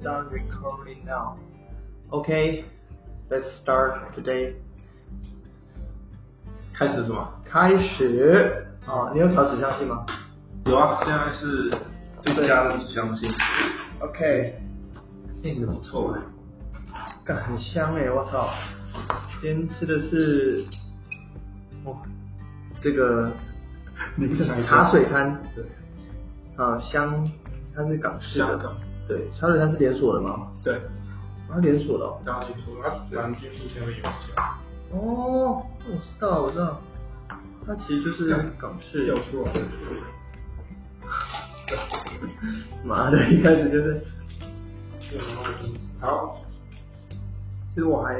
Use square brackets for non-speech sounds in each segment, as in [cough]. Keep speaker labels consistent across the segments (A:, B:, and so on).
A: start recording now. Okay, let's start today.
B: 开始什么？
A: 开始啊，你有调指向性吗
B: 有啊，现在是最佳的指向性，
A: ？OK，
B: 这个不错哎。
A: 干很香哎、我操！今天吃的是哇，这个
B: 你不是哪一家
A: 茶水摊
B: 对，
A: 啊，香，它是港式
B: 香
A: 的
B: 港，
A: 对，茶水摊是连锁的吗？
B: 对，
A: 它连锁的哦。
B: 刚刚你说他蓝军目前有一家，
A: 哦，我知道，我知道，它其实就是港式
B: 要说完了
A: 妈的，一开始就是，
B: 好，
A: 其实我还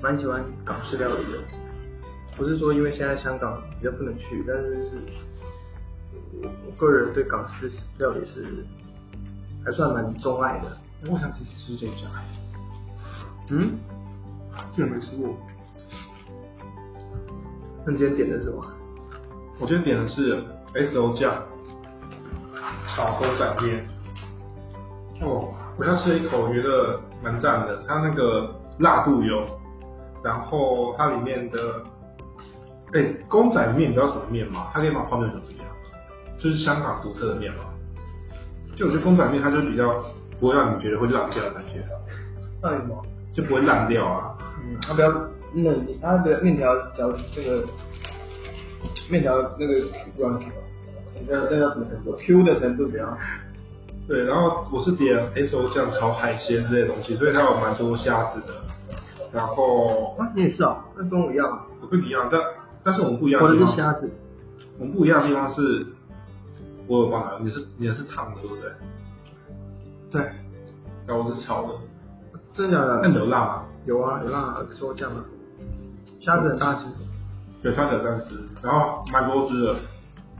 A: 蛮喜欢港式料理的，不是说因为现在香港比较不能去，但是是我我个人对港式料理是还算蛮钟爱的。
B: 我想去吃这家，
A: 嗯，
B: 这个没吃过。
A: 那你今天点的是什么？
B: 我今天点的是 S O 酱炒狗仔面。哦，我刚吃了一口，我觉得蛮赞的。它那个辣度有，然后它里面的，哎、公仔面你知道什么面吗？它可以把泡面粉怎么样？就是香港独特的面嘛。就有些公仔面，它就比较不会让你觉得会烂掉的感觉，
A: 那有什么？
B: 就不会烂掉啊。
A: 嗯，它比较嫩，它的面条嚼这个面条那个软，那那叫什么程度？Q 的程度比较。
B: 对，然后我是点 S O 酱炒海鲜之类的东西，所以它有蛮多虾子的。然后
A: 啊，你也是哦，那跟我一样啊，
B: 我跟你一样，但但是我们不一样
A: 我
B: 的
A: 的
B: 地
A: 是
B: 方，
A: 虾子，
B: 我们不一样的地方是，我有放哪？你是你是烫的对不对？
A: 对，
B: 然后我是炒的，
A: 真的假
B: 那你
A: 的？
B: 有辣吗？
A: 有啊，有辣说酱啊，虾子很大只，
B: 对，它有三丝，然后蛮多汁的，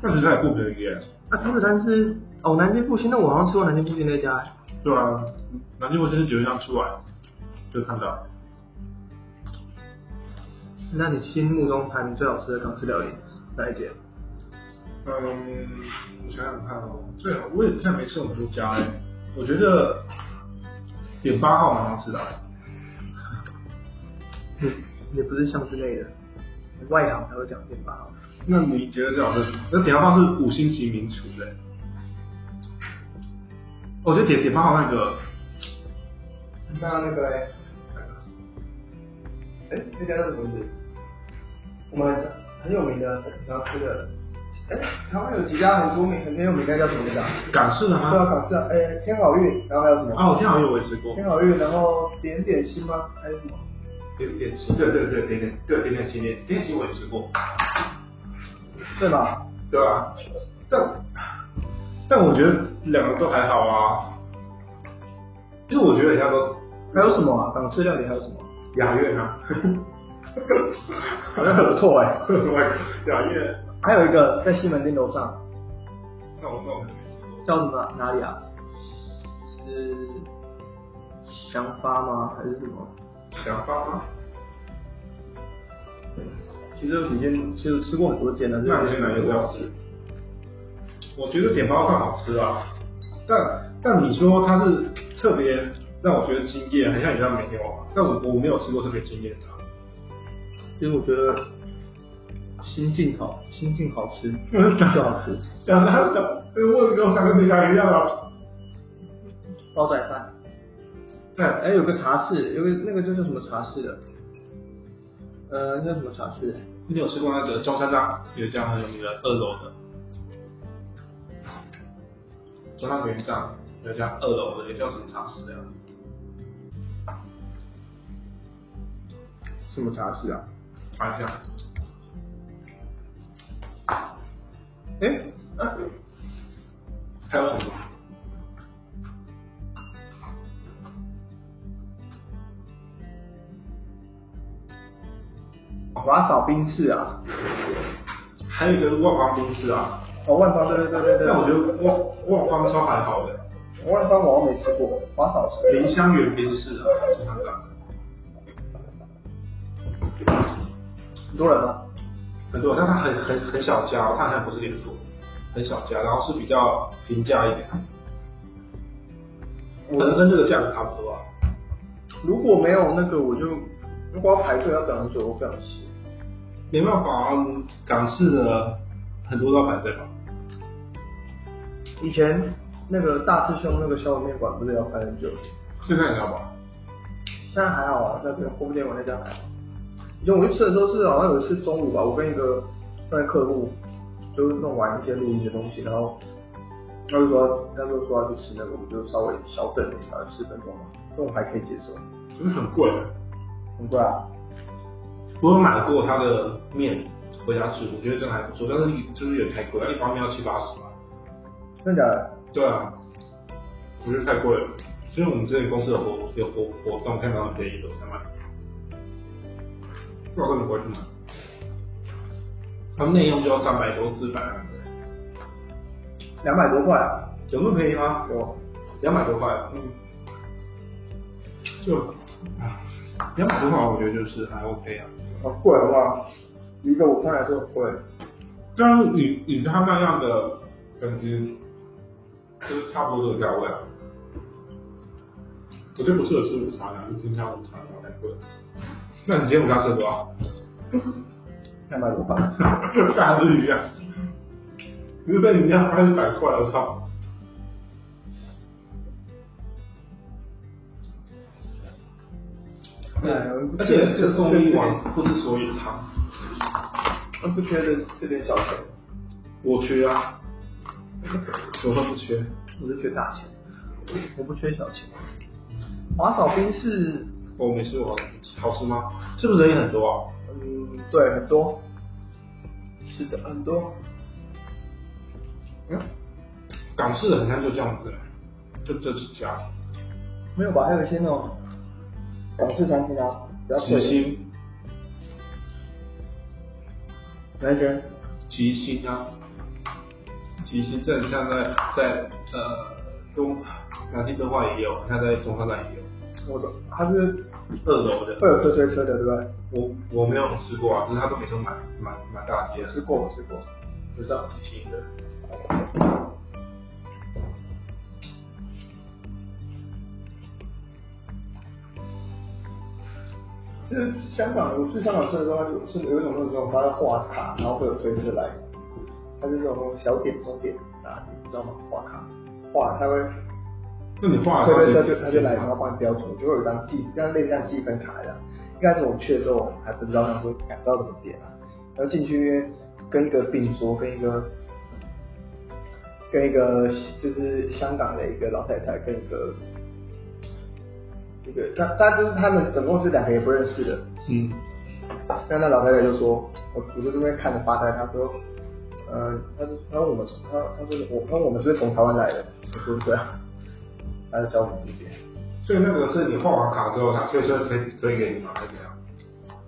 B: 但其实它也不便宜耶。
A: 啊，他们单是哦，南京复兴，那我好像吃过南京复兴那家，
B: 对啊，南京卫生是九点上出来就看到，
A: 那你心目中排名最好吃的港式料理哪一间？
B: 嗯，我想想看哦，对啊，我也不太没吃我们这家哎，我觉得点八号蛮好吃的哎。
A: 你也不是巷之内的，外行才会讲点八号。
B: 那你觉得最好吃？那点八号是五星级名厨的、欸，我觉得点点八号那个
A: 那那个嘞，哎，那家叫什么名字？我们很很有名的，然后吃的，哎，台湾有几家很出名、很有名的叫什么名字啊？
B: 港式的
A: 对啊，
B: 吗？
A: 港式啊，哎，天好运，然后还有什么？
B: 啊，我天好像我也吃过，
A: 天好运，然后点点心吗？还是什么？
B: 点点心，对对对，点点对点点心，点点心我也吃过，
A: 对吧？
B: 对啊？但但我觉得两个都还好啊，其实我觉得人家都
A: 还有什么啊？港式料理还有什么？
B: 雅苑啊，
A: 好像很不错哎、
B: 雅苑，
A: 还有一个在西门町楼上，
B: 那我那我可能没吃过，
A: 叫什么哪里啊？是祥发吗？还是什么？
B: 想法吗？
A: 其实已经其实吃过很多间了，
B: 那你觉得哪个最好吃？我觉得点包饭好吃啊，但但你说它是特别让我觉得惊艳，很像你那没有啊，但我我没有吃过特别惊艳的啊、
A: 其实我觉得心境好，心境好
B: [laughs]
A: 吃，就好吃。
B: 讲到讲，我跟我想跟你讲一样啊，
A: 煲仔饭，
B: 对，
A: 哎，有个茶室，有个那个叫叫什么茶室的，呃，那叫什么茶室？
B: 你有吃过那个中山大有一家很有名的二楼的，中山捷运站有一家二楼的，也叫什么茶室呀、
A: 什么茶室啊？
B: 查一下，
A: 哎，啊，
B: 还有什么？
A: 华嫂冰室啊，
B: 还有一个万方冰室啊，
A: 哦，万方，对对对对对，
B: 但我觉得万万方超还好的、
A: 我万方我好像没吃过，华嫂吃。
B: 林香园冰室啊，是香港
A: 很多人吗？
B: 很多，但它很很很小家哦，它好像不是连锁，很小家，然后是比较平价一点。可能跟这个价格差不多啊。
A: 如果没有那个，我就如果要排队要等很久，我不想吃。
B: 没办法啊，港式的很多都要排队吧？
A: 以前那个大师兄那个小卤面馆不是要排很久，
B: 这看你要吧？
A: 现在还好啊，那边火锅店馆那家还好。以前我去吃的时候是好像有一次中午吧，我跟一个那个客户就弄完一些录音的东西，然后他就说他就说要去吃那个，我们就稍微小等了一下十分钟嘛，这种还可以接受，
B: 可是很贵，
A: 很贵啊。
B: 我有买过他的面回家吃，我觉得真的还不错，但是就是也太贵，一方面要七八十吧。
A: 真的假的？
B: 对啊，我觉得太贵了。所以我们之前公司有活有活活动，看到很便宜的我才买。不然为什么不会去买？他们内用就要三百多四百样子，
A: 两百多块啊？
B: 有那么便宜吗？
A: 有，
B: 两百多块啊，
A: 嗯，
B: 就啊，两百多块我觉得就是还 OK 啊。
A: 好贵好不好？一个午餐来说很贵，
B: 当然你你他那样的等级，就是差不多这个价位啊。我觉得不适合吃午餐啊，你平常午餐太贵了。那你今天午餐吃了啊多少？
A: 两百多块。
B: [laughs] 大致一样。你是被你们家翻一百块，我靠！
A: 对，
B: 啊而且这个送一碗不知所以汤，
A: 我不缺这这点小钱，
B: 我缺啊，什么都不缺。
A: 我是缺大钱，我不缺小钱。滑扫冰是，
B: 我没吃过，好吃吗？是不是人也很多啊？
A: 嗯，对，很多，是的，很多。
B: 嗯，港式的很像就这样子，就这几家，
A: 没有吧？还有一些那种港式餐厅啊，比较
B: 吉
A: 水。
B: 星、
A: 哪一间？
B: 吉星啊，吉星这很像在在呃中南京敦化也有，它在中山站也有，
A: 我的，它是
B: 二楼的。
A: 会有推推车的，对不对？
B: 我我没有吃过啊，只是他都每次买买买大街的，啊
A: 吃过，我吃过，
B: 就这样提醒的。
A: 就是香港，我去香港吃的时候，它有是有一种那种，它会画卡，然后会有推车来，它是这种小点、中点啊，你知道吗？画卡，画它会
B: 那你画了
A: 推推
B: 它
A: 车啊就它就来，然后帮你标注，就会有一张记，像类似像积分卡一样。一开始我们去的时候，我还不知道他说不知道怎么点啊，然后进去因为跟一个病桌，跟一个跟一个就是香港的一个老太太，跟一个一个，他他就是他们总共是两个也不认识的，
B: 嗯，
A: 那那老太太就说，我我就这边看着发呆，她说，呃，她说她问我们从她她说我她问我们是不是从台湾来的，我说对啊，她就教我们怎么点，
B: 所以那个是你画完卡之后，他推车推推给你吗？还是怎样？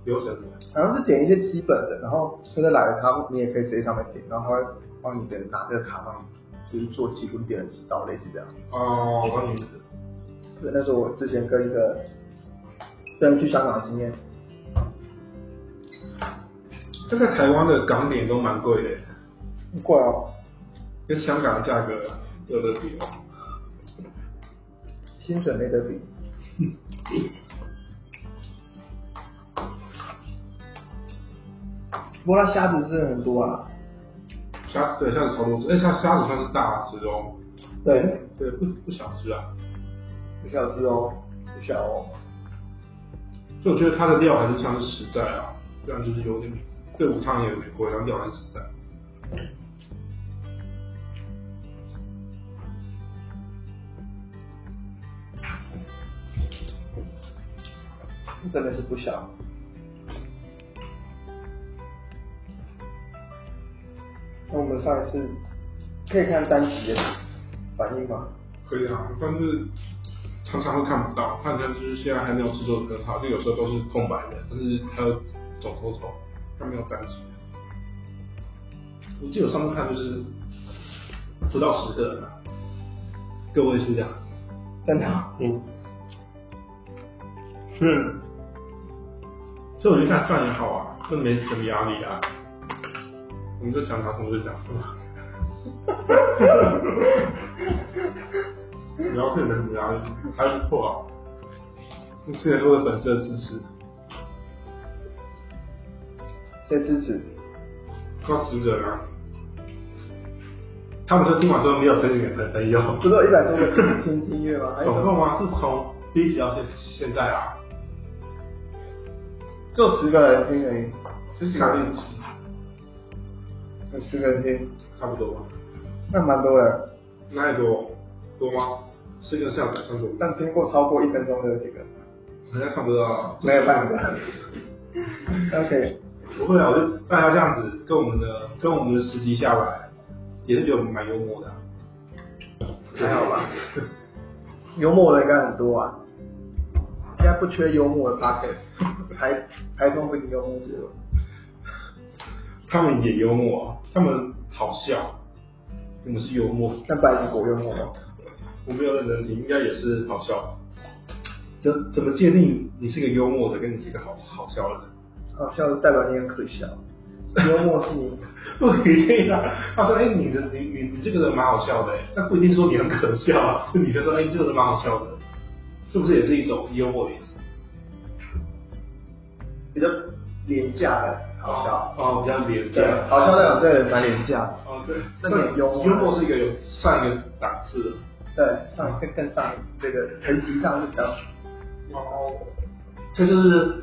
B: 流程怎么样？
A: 好像是点一些基本的，然后推车来了她你也可以直接上面点，然后她会帮你点拿这个卡帮你就是做几个点的指导，类似这样。
B: 哦，我帮你，
A: 对，那是我之前跟一个跟去香港的经验，
B: 这在台湾的港点都蛮贵的，
A: 很贵哦，
B: 跟香港的价格有的比哦。
A: 薪水没得比。不过它虾子是很多啊，
B: 虾对虾子超多只，哎虾虾子算是大只哦，
A: 对，
B: 对不不小只啊，
A: 不小只哦，不小哦。
B: 所以我觉得它的料还是像是实在啊，不然就是有点对武汤也有点贵，然后料还是实在。
A: 真的是不小。那我们上一次可以看单集的反应吗？
B: 可以啊，但是常常会看不到，看起来就是现在还没有制作的很好，就有时候都是空白的，但是还有走头头，它没有单机。我记得我上次看就是不到十个人啊，个位数这样。
A: 真的？ [laughs]
B: 嗯。是。所以我觉得看饭也好啊，这没什么压力啊。我们就想拿什么就讲什么。然后可能然后还不错啊，谢谢各位粉丝的支持，
A: 谢谢支持。
B: 要值得啊。他们说听完之后没有分给朋朋友，
A: 不是有一百多个听听乐吗？还有
B: 总
A: 什
B: 共
A: 么？
B: 啊是从第一集到现现在啊，
A: 就十个人听而已，
B: 就是上一集
A: 就十个人听，
B: 差不多吧，
A: 那蛮多的。
B: 哪里多多吗？是一个下载算多吗，
A: 但听过超过一分钟的有几个？
B: 好像看不到，啊
A: 没有办法。OK，
B: 不会啊，我就大家这样子跟我们的跟我们的实习下来，也是觉得我们蛮幽默的啊、
A: 还好吧。幽默的应该很多啊，应该不缺幽默的 podcast。台台中不仅幽默之外，
B: [laughs] 他们也幽默啊，他们好笑，我们是幽默，
A: 但百灵果幽默吗？
B: 我没有认真听，应该也是好笑。怎怎么界定你是个幽默的，跟你是个好好笑的？
A: 好笑代表你很可笑，幽默是你
B: [laughs] 不一定啊。他说：“哎、你的你你你这个人蛮好笑的、欸，那不一定说你很可笑啊。就你就说：“哎、你这个人蛮好笑的，是不是也是一种幽默的意思？”
A: 比较廉价的好笑。
B: 哦，比较廉价
A: 对，，好笑代表这个人蛮廉价的。
B: 哦，对，
A: 那你幽默
B: 幽默是一个有上一个档次的。
A: 对，上更更上这个层级上是比较
B: 哦，这就是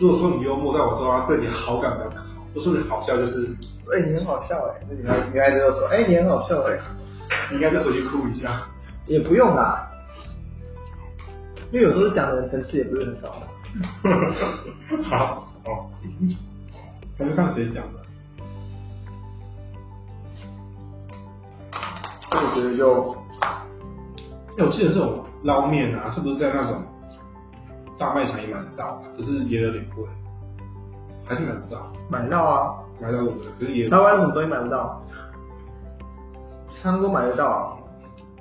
B: 如果说你幽默，但我说他对你好感比较好，不说你好笑，就是
A: 哎、你很好笑哎、那女孩女孩子都说，哎、你很好笑哎、
B: 你应该再回去哭一 [laughs] 下。
A: 也不用啦，因为有时候讲的人层次也不是很高，
B: 好，哦，刚刚看谁讲的？
A: 所以我觉得就
B: 哎、我记得这种捞面啊，是不是在那种大卖场也买得到啊？只是也有点贵，还是买不到，
A: 买得到啊，
B: 买到我们，可是也
A: 台湾什么东西买不到？香菇买得到啊，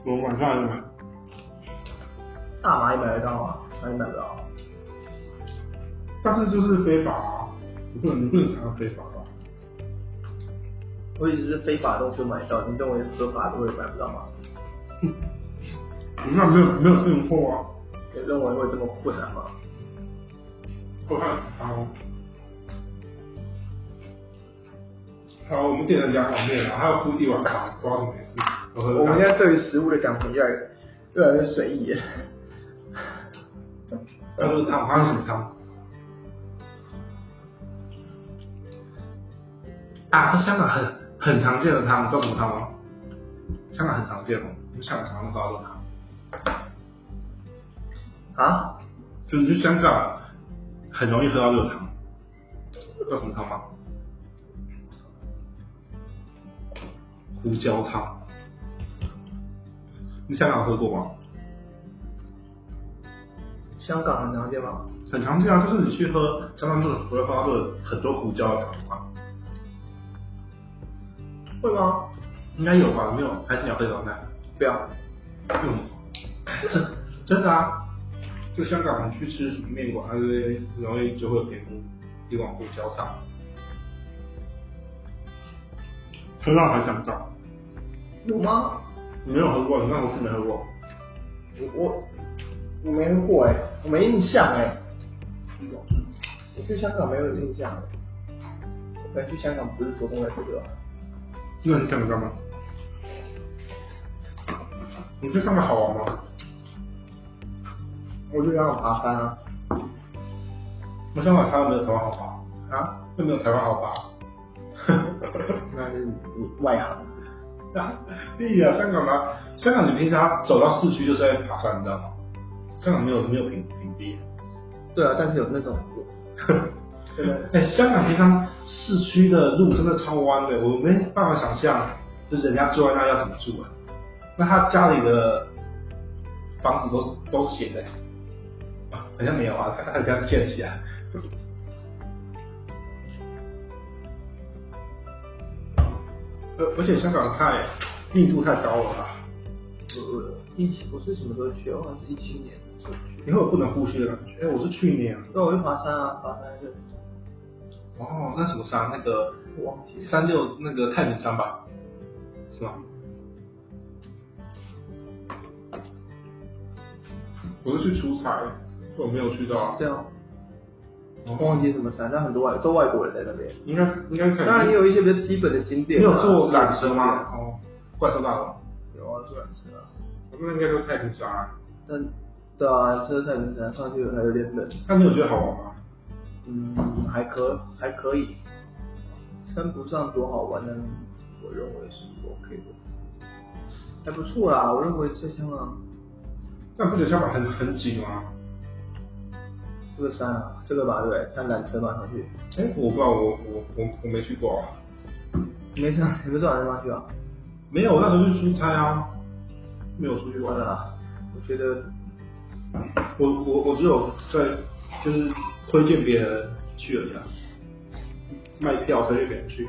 B: 我晚上也买。
A: 大麻也买得到啊，哪里买得到啊？
B: 但是就是非法啊，你不能你不能讲它非法啊吧？
A: 我一直是非法的东西我买得到，你认为合法的我也买不到吗？
B: 那没有没有进货啊，
A: 你认为会这么困难吗？
B: 我看好。好，我们点了两碗面啊，还有铺地碗汤，不知道什么意思。我喝喝
A: 我们
B: 看
A: 现在对于食物的讲评越来越来越随意耶。
B: 要喝汤，还有什么汤？啊，这香港很很常见的汤，你知道什么汤吗？香港很常见哦，你香港常用到的汤，
A: 啊？
B: 就是你去香港很容易喝到这个汤，叫什么汤吗？胡椒汤。你香港有喝过吗？
A: 香港很常见吗？
B: 很常见啊，就是你去喝香港就是喝到的很多胡椒的汤嘛。
A: 会吗？
B: 应该有吧？没有，还是你要喝早餐？
A: 不要。
B: 嗯，真真的啊，就香港你去吃什么面馆，它啊就会容易就会有给你一碗胡椒汤。喝到还想到？
A: 有吗？
B: 没有喝过，你那我是没喝过。
A: 我我我没喝过哎、我没印象哎、我去香港没有印象、欸。我本来去香港不是着重在这个、啊，
B: 那你想干嘛？你去上面好玩吗？
A: 我就想爬山啊
B: 我香港差没有台湾好吧？
A: 啊，
B: 又没有台湾好吧？ [laughs]
A: 那是你外行。
B: 哎呀，香港啊，香港你平常走到市区就是在爬山，你知道吗？香港没有没有平平地。
A: 对啊，但是有那种， [laughs] 对啊的，
B: 哎、香港平常市区的路真的超弯的，我没办法想象，就是人家住在那要怎么住啊？那他家里的房子都都斜的、啊，好像没有啊，他 [laughs] 他这样建起来。而而且香港太密度太高了啊吧，
A: 我我呃一七我是什么时候去？我好像是一七年的时候去，
B: 你会有不能呼吸的感觉。哎、我是去年
A: 对，我去爬山啊，爬山就
B: 哦，那什么山？那个
A: 我忘记了，
B: 三六那个太平山吧，是吗？我是去出差，所以我没有去到啊。
A: 这样
B: 哦
A: 忘记什么山，但很多外都外国人在那边。
B: 应该应该可以。
A: 当然也有一些比较基本的景点
B: 嗯你
A: 啊。
B: 有坐缆车吗？哦，怪兽大王，
A: 有啊，坐缆车啊。
B: 那应该都太平沙啊。
A: 但对啊，这太平山上去还有点冷，
B: 那你有觉得好玩吗？
A: 嗯，还可还可以，称不上多好玩，但我认为是 OK 的，还不错啦。我认为这啊香港
B: 但不觉得香港很很紧吗？
A: 这个山啊，这个吧对，看缆车嘛上去，
B: 哎、我不知道，我我我我没去过啊。
A: 你没上，你没坐缆车上去啊？
B: 没有，我那时候去出差啊，没有出去玩
A: 算了。啦，啊我觉得
C: 我我我只有在就是推荐别人去而已啊，卖票推荐别人去。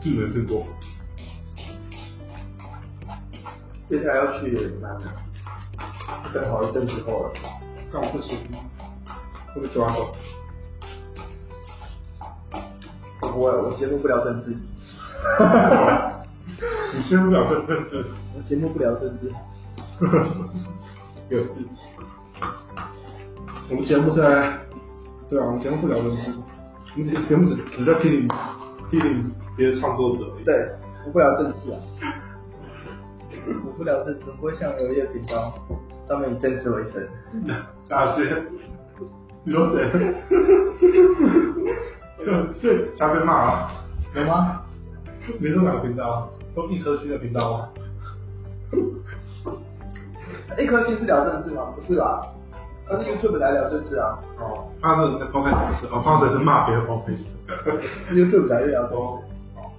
B: 智能更多。
A: 接下来要去也蛮更好一阵子后了。
B: 干我不行吗？会被抓走。
A: 不会，我节目不聊政治，
B: [laughs]
A: [laughs]
B: 你接不了这政治，
A: 我节目不聊政治。
B: [laughs] 有事。我们节目在，对啊，我们节目不聊政治，我们节节目只只在批评批评别的创作者而已。
A: 对，我不聊政治啊， [laughs] 我不聊政治，不会像有一些频道上面以政治为生。
B: [laughs] 大学，你说谁？ [laughs] 就所才被骂啊？
A: 有吗？
B: 你说哪个频道？啊都一颗星的频道啊吗？
A: 一颗哎心是聊政治吗？不是吧？他是 YouTube 来聊政治啊
B: 哦，他是在 podcast 是，哦，他是在骂别人 podcast。
A: ，YouTube 来聊政治，
B: 哦，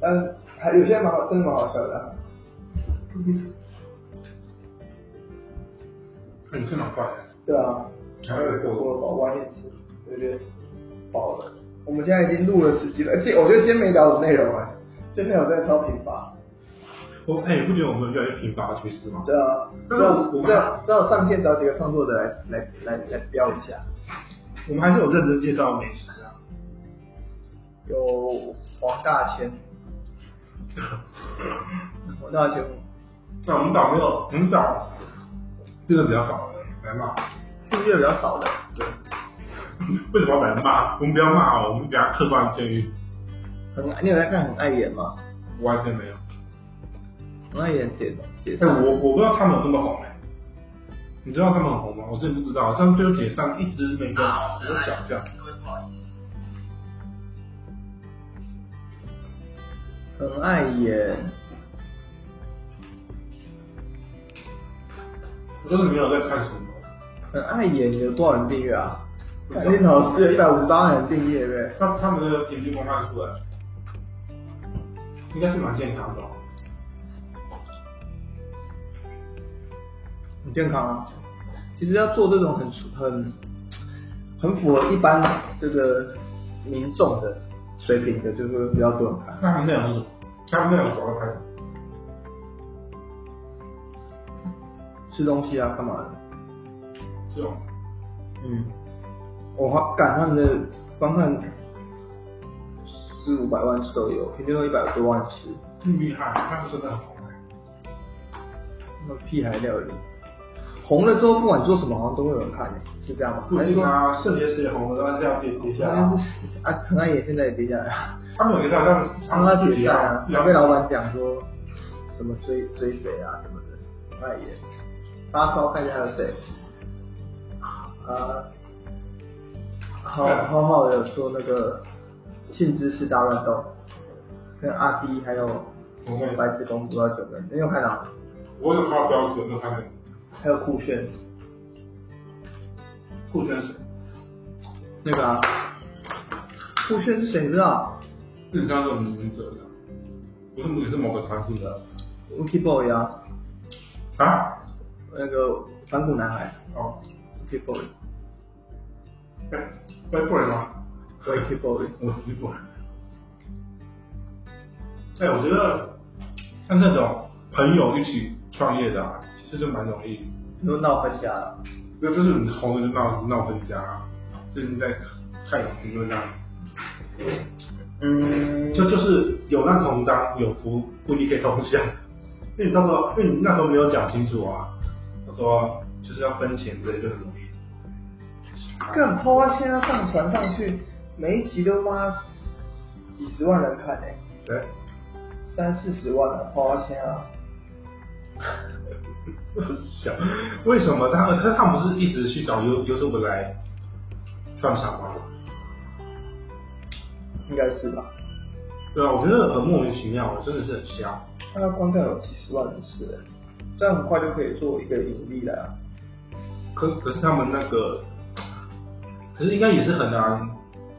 A: 但还有些蛮好，真的蛮好笑的啊、
B: 那你是蛮快的。
A: 对啊，
B: 还有火锅
A: 我我晚点吃，有点饱了。我们现在已经录了十几了，而且我觉得今天没聊什么内容哎、今天内容真的超贫乏。
B: 我哎、你不觉得我们有越来越频繁的趋势吗？
A: 对啊，
B: 但
A: 只
B: 是
A: 要
B: 我们
A: 只要只要上线找几个创作者来来来来标一下。
C: 我们还是有认真介绍美食啊，
A: 有黄大千，黄大千
B: 那我们岛没有，我们岛真的比较少人来骂。 [laughs]
A: 订阅比较少的，
B: 为什么要来骂？我们不要骂哦，我们给他客观建议。
A: 很你有在看很碍眼吗？
B: 我完全没有。
A: 很碍眼解解
B: 哎、
A: 散，
B: 我我不知道他们有那么红哎、你知道他们很红吗？我真的不知道，上次被我解散一直没更好，啊我就想一下。
A: 很碍眼。
B: 我真的没有在看什么，
A: 很碍眼有多少人订阅啊？
B: 不知道
A: 肯定老师有一百五十八人订阅呗。
B: 他他们的平均观看出来，应该是蛮健康的、哦。
A: 很健康啊。其实要做这种很很很符合一般这个民众的水平的，就是比较多人看。
B: 那他们内容是什么？他们内容主要拍什么？
A: 吃东西啊，干嘛的？
B: 这种
A: 嗯，我还赶上的观看四五百万次都有，平均都一百多万次。
B: 厉害，他们真的很红哎。
A: 那屁孩料理红了之后，不管做什么，好像都会有人看的，是这样吗？
B: 不
A: 还
B: 一
A: 是说
B: 定，啊，圣洁石也红了，但是要跌跌下来
A: 好像。是啊，可爱也现在也跌下来了。
B: 他们有一个叫他们他
A: 他
B: 们
A: 他
B: 自
A: 比
B: 己
A: 赛
B: 要
A: 啊，
B: 自己
A: 他
B: 要
A: 被老板讲说什么追追谁啊什么的，他也发烧看一下还有谁，啊，好好好的说那个性知识大乱斗，跟阿 D 还有
B: 我跟你
A: 白痴公主要九个人，你有看到？
B: 我有看到标准，没有看见。
A: 还有酷炫
B: 酷炫谁？
A: 那个啊，酷炫是谁？你不知道
B: 日商的母者的，不是母是某个产品的
A: ？Wiki Boy 啊，
B: 啊？
A: 那个反骨男孩
B: 哦，
A: ，Wiki Boy。
B: 哎，微博人吗？
A: Wiki Boy，
B: 我微博人。哎，我觉得像这种朋友一起创业的、啊，其实就蛮容易。
A: 你都闹分家了。
B: 那就是你红了就闹闹分家、啊，最近在看评论啊，
A: 嗯，
B: 这就是有难同当，有福不一定可以同享。因为你那时候，因为你那时候没有讲清楚啊，那时候就是要分钱之类就很容易。
A: 更抛现在啊上传上去，每一集都妈几十万人看哎、
B: 对，
A: 三四十万啊，抛现啊，
B: 想为什么他他他们不是一直去找 You YouTube 来串场吗？
A: 应该是吧？
B: 对啊，我觉得很莫名其妙，真的是很瞎。
A: 那它观看有几十万人次、欸，这样很快就可以做一个盈利了、啊。
B: 可可是他们那个，可是应该也是很难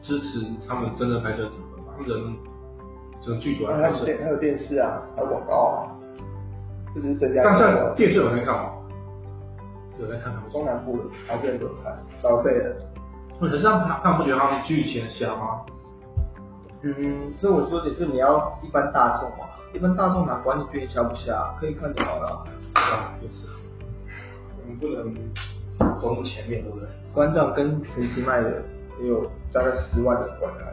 B: 支持他们真正拍摄组合吧？他们人整个剧组来
A: 还
B: 拍
A: 有
B: 摄，
A: 电还有电视啊，还有广告啊，这只是增加
B: 但
A: 一
B: 是
A: 个
B: 电视有人在看吗？有人在看他们。
A: 中南部还是很多人看，老费了。
B: 可是他们他们不觉得他们剧情瞎吗？
A: 嗯，所以我说你是你要一般大众嘛，一般大众哪管你剧情下不下，可以看就好了。
B: 啊，也是，我们不能走那么前面，对不对？
A: 馆长跟陈其迈的也有大概十万人观看，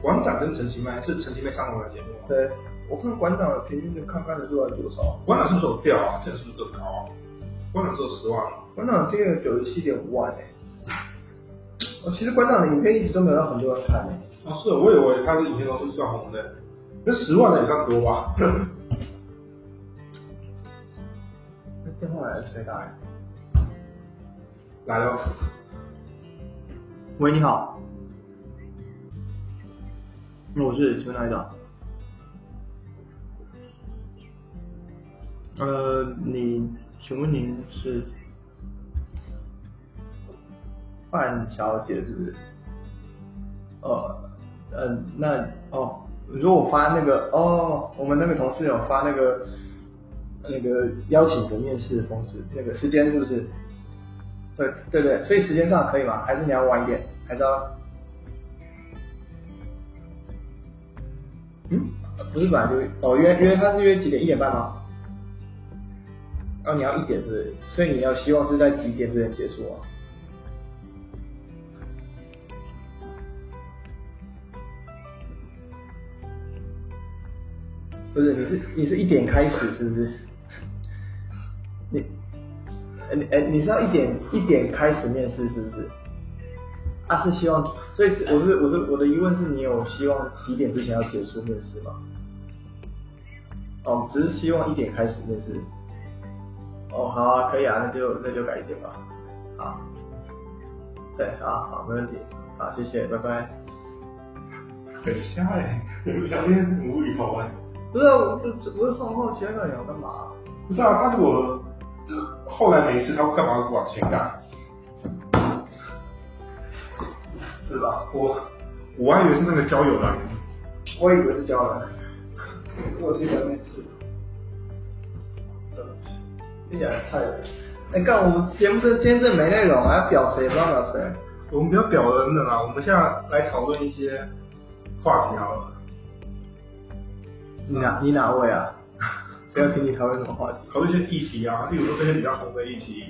B: 馆长跟陈其迈是陈其迈上过我的节目吗？
A: 对我看馆长的平均的看看的数量多少？
B: 馆长是不是有掉啊？这个是不是更高啊？馆长只有十万啊，
A: 馆长这个九十七点五万哎、我其实馆长的影片一直都没有让很多人看、欸，
B: 哦，是，我以为他的影片都是算红的，那十万的也算多啊吧？
A: 那电话来了谁打来？
B: [laughs] 来哦了，
A: 喂，你好。那我是请问哪里打？呃，你，请问您是范小姐是不是？哦，呃，那哦，如果我发那个哦，我们那个同事有发那个那个邀请的面试的通知，那个时间是不是？对对对，所以时间上可以吗？还是你要晚一点？还是要？嗯，不是本来就哦约约他是约几点？一点半吗？哦，你要一点是不是所以你要希望是在几点之前结束啊？不是，你是你是一点开始是不是？ [laughs] 你，呃你哎、你是要一点一点开始面试是不是？啊，是希望，所以是我是我是我的疑问是你有希望几点之前要结束面试吗？哦，只是希望一点开始面试。哦，好啊，可以啊，那就那就改一点吧。好，对，好好，没问题，好，谢谢，拜拜。
D: 很瞎哎、欸，聊天很无厘头哎、
A: 不是啊，我我我很好奇，那你要干嘛？
B: 不是啊，他如果呃后来没事，他干嘛往前赶？
A: 是吧？
B: 我我还以为是那个交友栏，
A: 我以为是胶囊，因为我是胶囊吃。一点菜的。哎、干我们节目这今天这没内容，还要表谁？不知道表谁。
B: 我们不要表恩了啦，我们现在来讨论一些话题啊好了，
A: 你哪你哪位啊？不要听你讨论什么话题。
B: 讨论一些议题啊，例如说这些比较红的议题，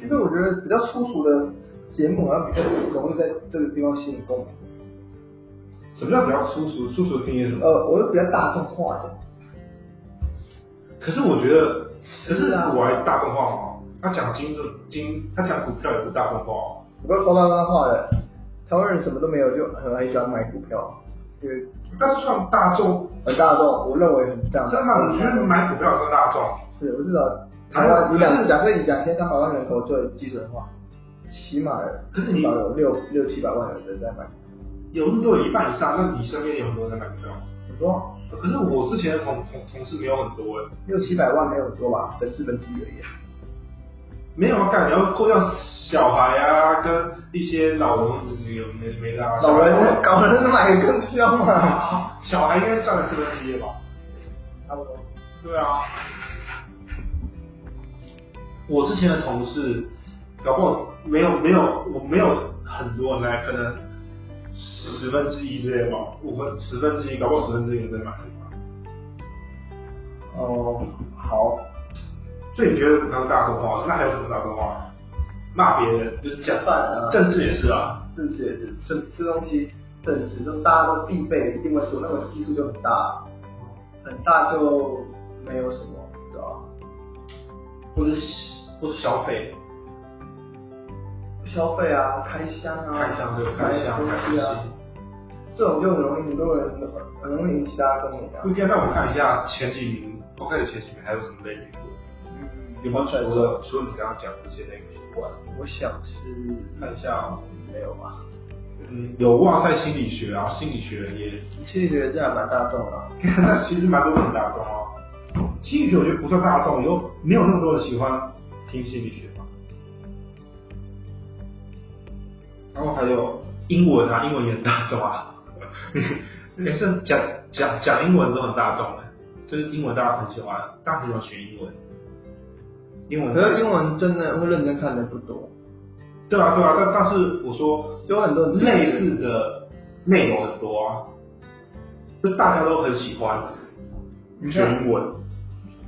A: 其实我觉得比较粗俗的节目，好像比较容易在这个地方吸引共鸣。
B: 什么叫比较粗俗？粗俗的定义是什么？
A: 呃，我是比较大众化的。
B: 可是我觉得，可是
A: 是啊
B: 我还大众化吗？他讲金的金，他讲股票也不大众化哦。
A: 我不要说大众化的，台湾人什么都没有，就很很喜欢买股票，因为
B: 但是算大众，
A: 很大众，我认为很大众。
B: 真的，我觉得买股票算大众。
A: 是，我至少台
B: 啊
A: 湾，你两假设你两千三百万人口做基准的话，起码
B: 可是
A: 至
B: 你
A: 少有六六七百万人在买，
B: 有那么多一半以上，那你身边有很多人在买股票。
A: 很多啊
B: 可是我之前的同同同事没有很多哎、
A: 六七百万没有很多吧，省四分之一而已啊。
B: 没有啊，干你要扣掉小孩啊，跟一些老人有没没啦、
A: 老
B: 小
A: 人
B: 孩
A: 搞人买更凶啊，
B: 小孩应该占了四分之一吧？
A: 差不多。
B: 对啊。我之前的同事，搞不好没有没有我没有很多人来，可能十分之一之类吧，五分十分之一，搞不好十分之一人在买。
A: 哦，好，
B: 所以你觉得股票是大众化的？那还有什么大众化的？骂别人就是讲
A: 饭啊
B: 政治也是啊。
A: 政治也是吃吃东西，政治就大家都必备，一定会说那个基数就很大，很大就
E: 没有什么，对吧？或者是
B: 或是消费，
E: 消费啊，开箱啊，
B: 开箱对
E: 买
B: 开箱
E: 东
B: 买东
E: 西
B: 西
E: 啊，这种就很容易很多人很容易引起大家共鸣啊。
B: 可以可以让我看一下前几名 OK 的前几名还有什么类别股？
E: 嗯，
B: 有没有除啊了除了你刚刚讲的这些类别以外，
E: 我想是
B: 看一下哦，
E: 没有吧？
B: 嗯，有哇塞心理学啊，心理学也
E: 心理学这还蛮大众啊，
B: 那其实蛮多很大众啊。心理学我觉得不算大众，有没有那么多人喜欢听心理学嘛？然后还有英文啊，英文也很大众啊。 [laughs] 也是讲讲讲英文都很大众的，就是英文大家很喜欢，大家很喜欢学英文。英文
A: 可是英文真的会认真看的不多，
B: 对啊对啊，但但是我说
A: 有很多人
B: 类似的内容很多啊，就是大家都很喜欢学英文，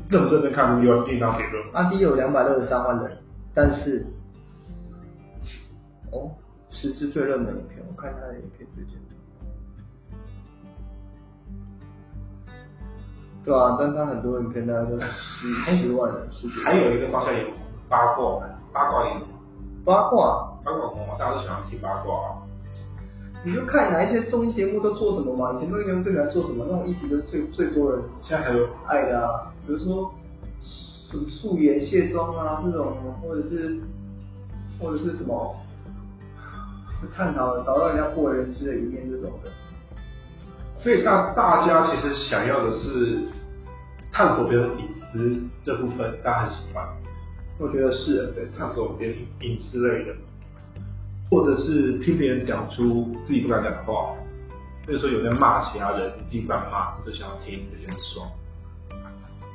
B: 认不认真看有另当别论。
A: 阿迪有两百六十三万人，但是哦，时至最热门影片，我看他的影片最近。对啊，但他很多影片大概都十十万人，十几
B: 还
A: 万人。
B: 有一个方向有八卦，八卦也有
A: 八卦，
B: 八卦文化，大家都喜欢听八卦啊。
A: 你就看哪一些综艺节目都做什么嘛？以前综艺节目最喜欢做什么？那种议题都是最最多人
B: 现在还有
A: 爱的啊，比如说什么素颜卸妆啊这种，或者是或者是什么，就探讨找到人家不为人知的一面这种的。
B: 所以大大家其实想要的是探索别人隐私这部分，大家很喜欢，
A: 我觉得是，
B: 对，探索别人隐私类的，或者是听别人讲出自己不敢讲的话，那个时候有人骂其他人，自己不敢骂，就想要听，就觉得很爽，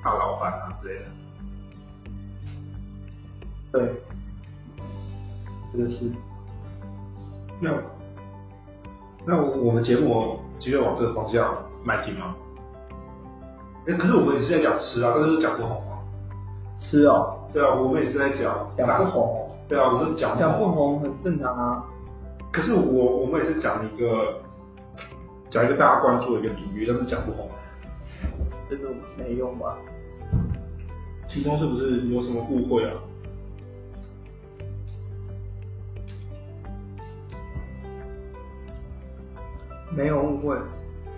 B: 怕老板啊之类的。
A: 对，这个是。
B: 那那我们节目其实往这个方向迈进吗？哎、可是我们也是在讲吃啊，但是讲不红啊。
A: 吃哦，
B: 对啊，我们也是在讲
A: 讲不。红，
B: 对啊，我是讲
A: 讲不。红很正常啊。
B: 可是我我们也是讲一个讲一个大家关注的一个领域，但是讲不红。
A: 这种没用吧？
B: 其中是不是有什么误会啊？
A: 没有误会，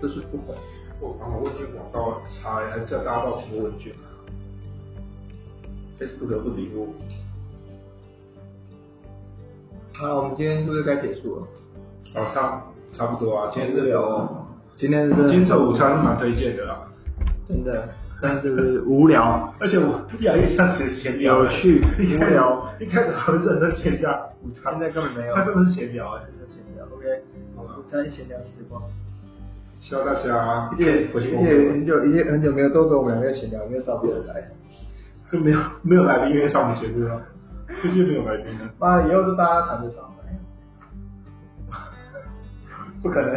A: 就是不红。
B: 我刚好问卷广告很差、欸，还叫大家到处问卷。Facebook 不理我。
A: 好了，我们今天是不是该结束了？
B: 好，差差不多啊，今天这
A: 聊
B: 个
A: 哦，今天是真的
B: 今天这午餐是蛮推荐的啦。
A: 真的，但就是无聊。
B: 而且我越来越像闲闲聊
A: 有
B: 了，
A: 趣
B: 一
A: 无
B: 开始
A: 聊，
B: 一开始还会认真写一下午餐，
A: 现在根本没有
B: 他根本是闲聊哎。
A: 真的闲聊，OK，我们再闲聊时光。
B: 希望大家
A: 而且
B: 回
A: 而
B: 去
A: 且
B: 工作，
A: 很久，已经很久没有都是我们两个闲聊，没有找别人来。
B: 就没有没有来宾愿意上我们节目了，最近没有来宾了，
A: 妈的，以后是大家缠着 [laughs] 找来。不可能，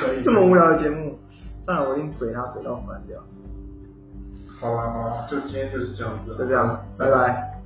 B: 可以
A: 这么无聊的节目，当然我已经嘴他嘴到烦掉。
B: 啊好啦好啦，就今天就是这样子了，
A: 就这样，拜拜。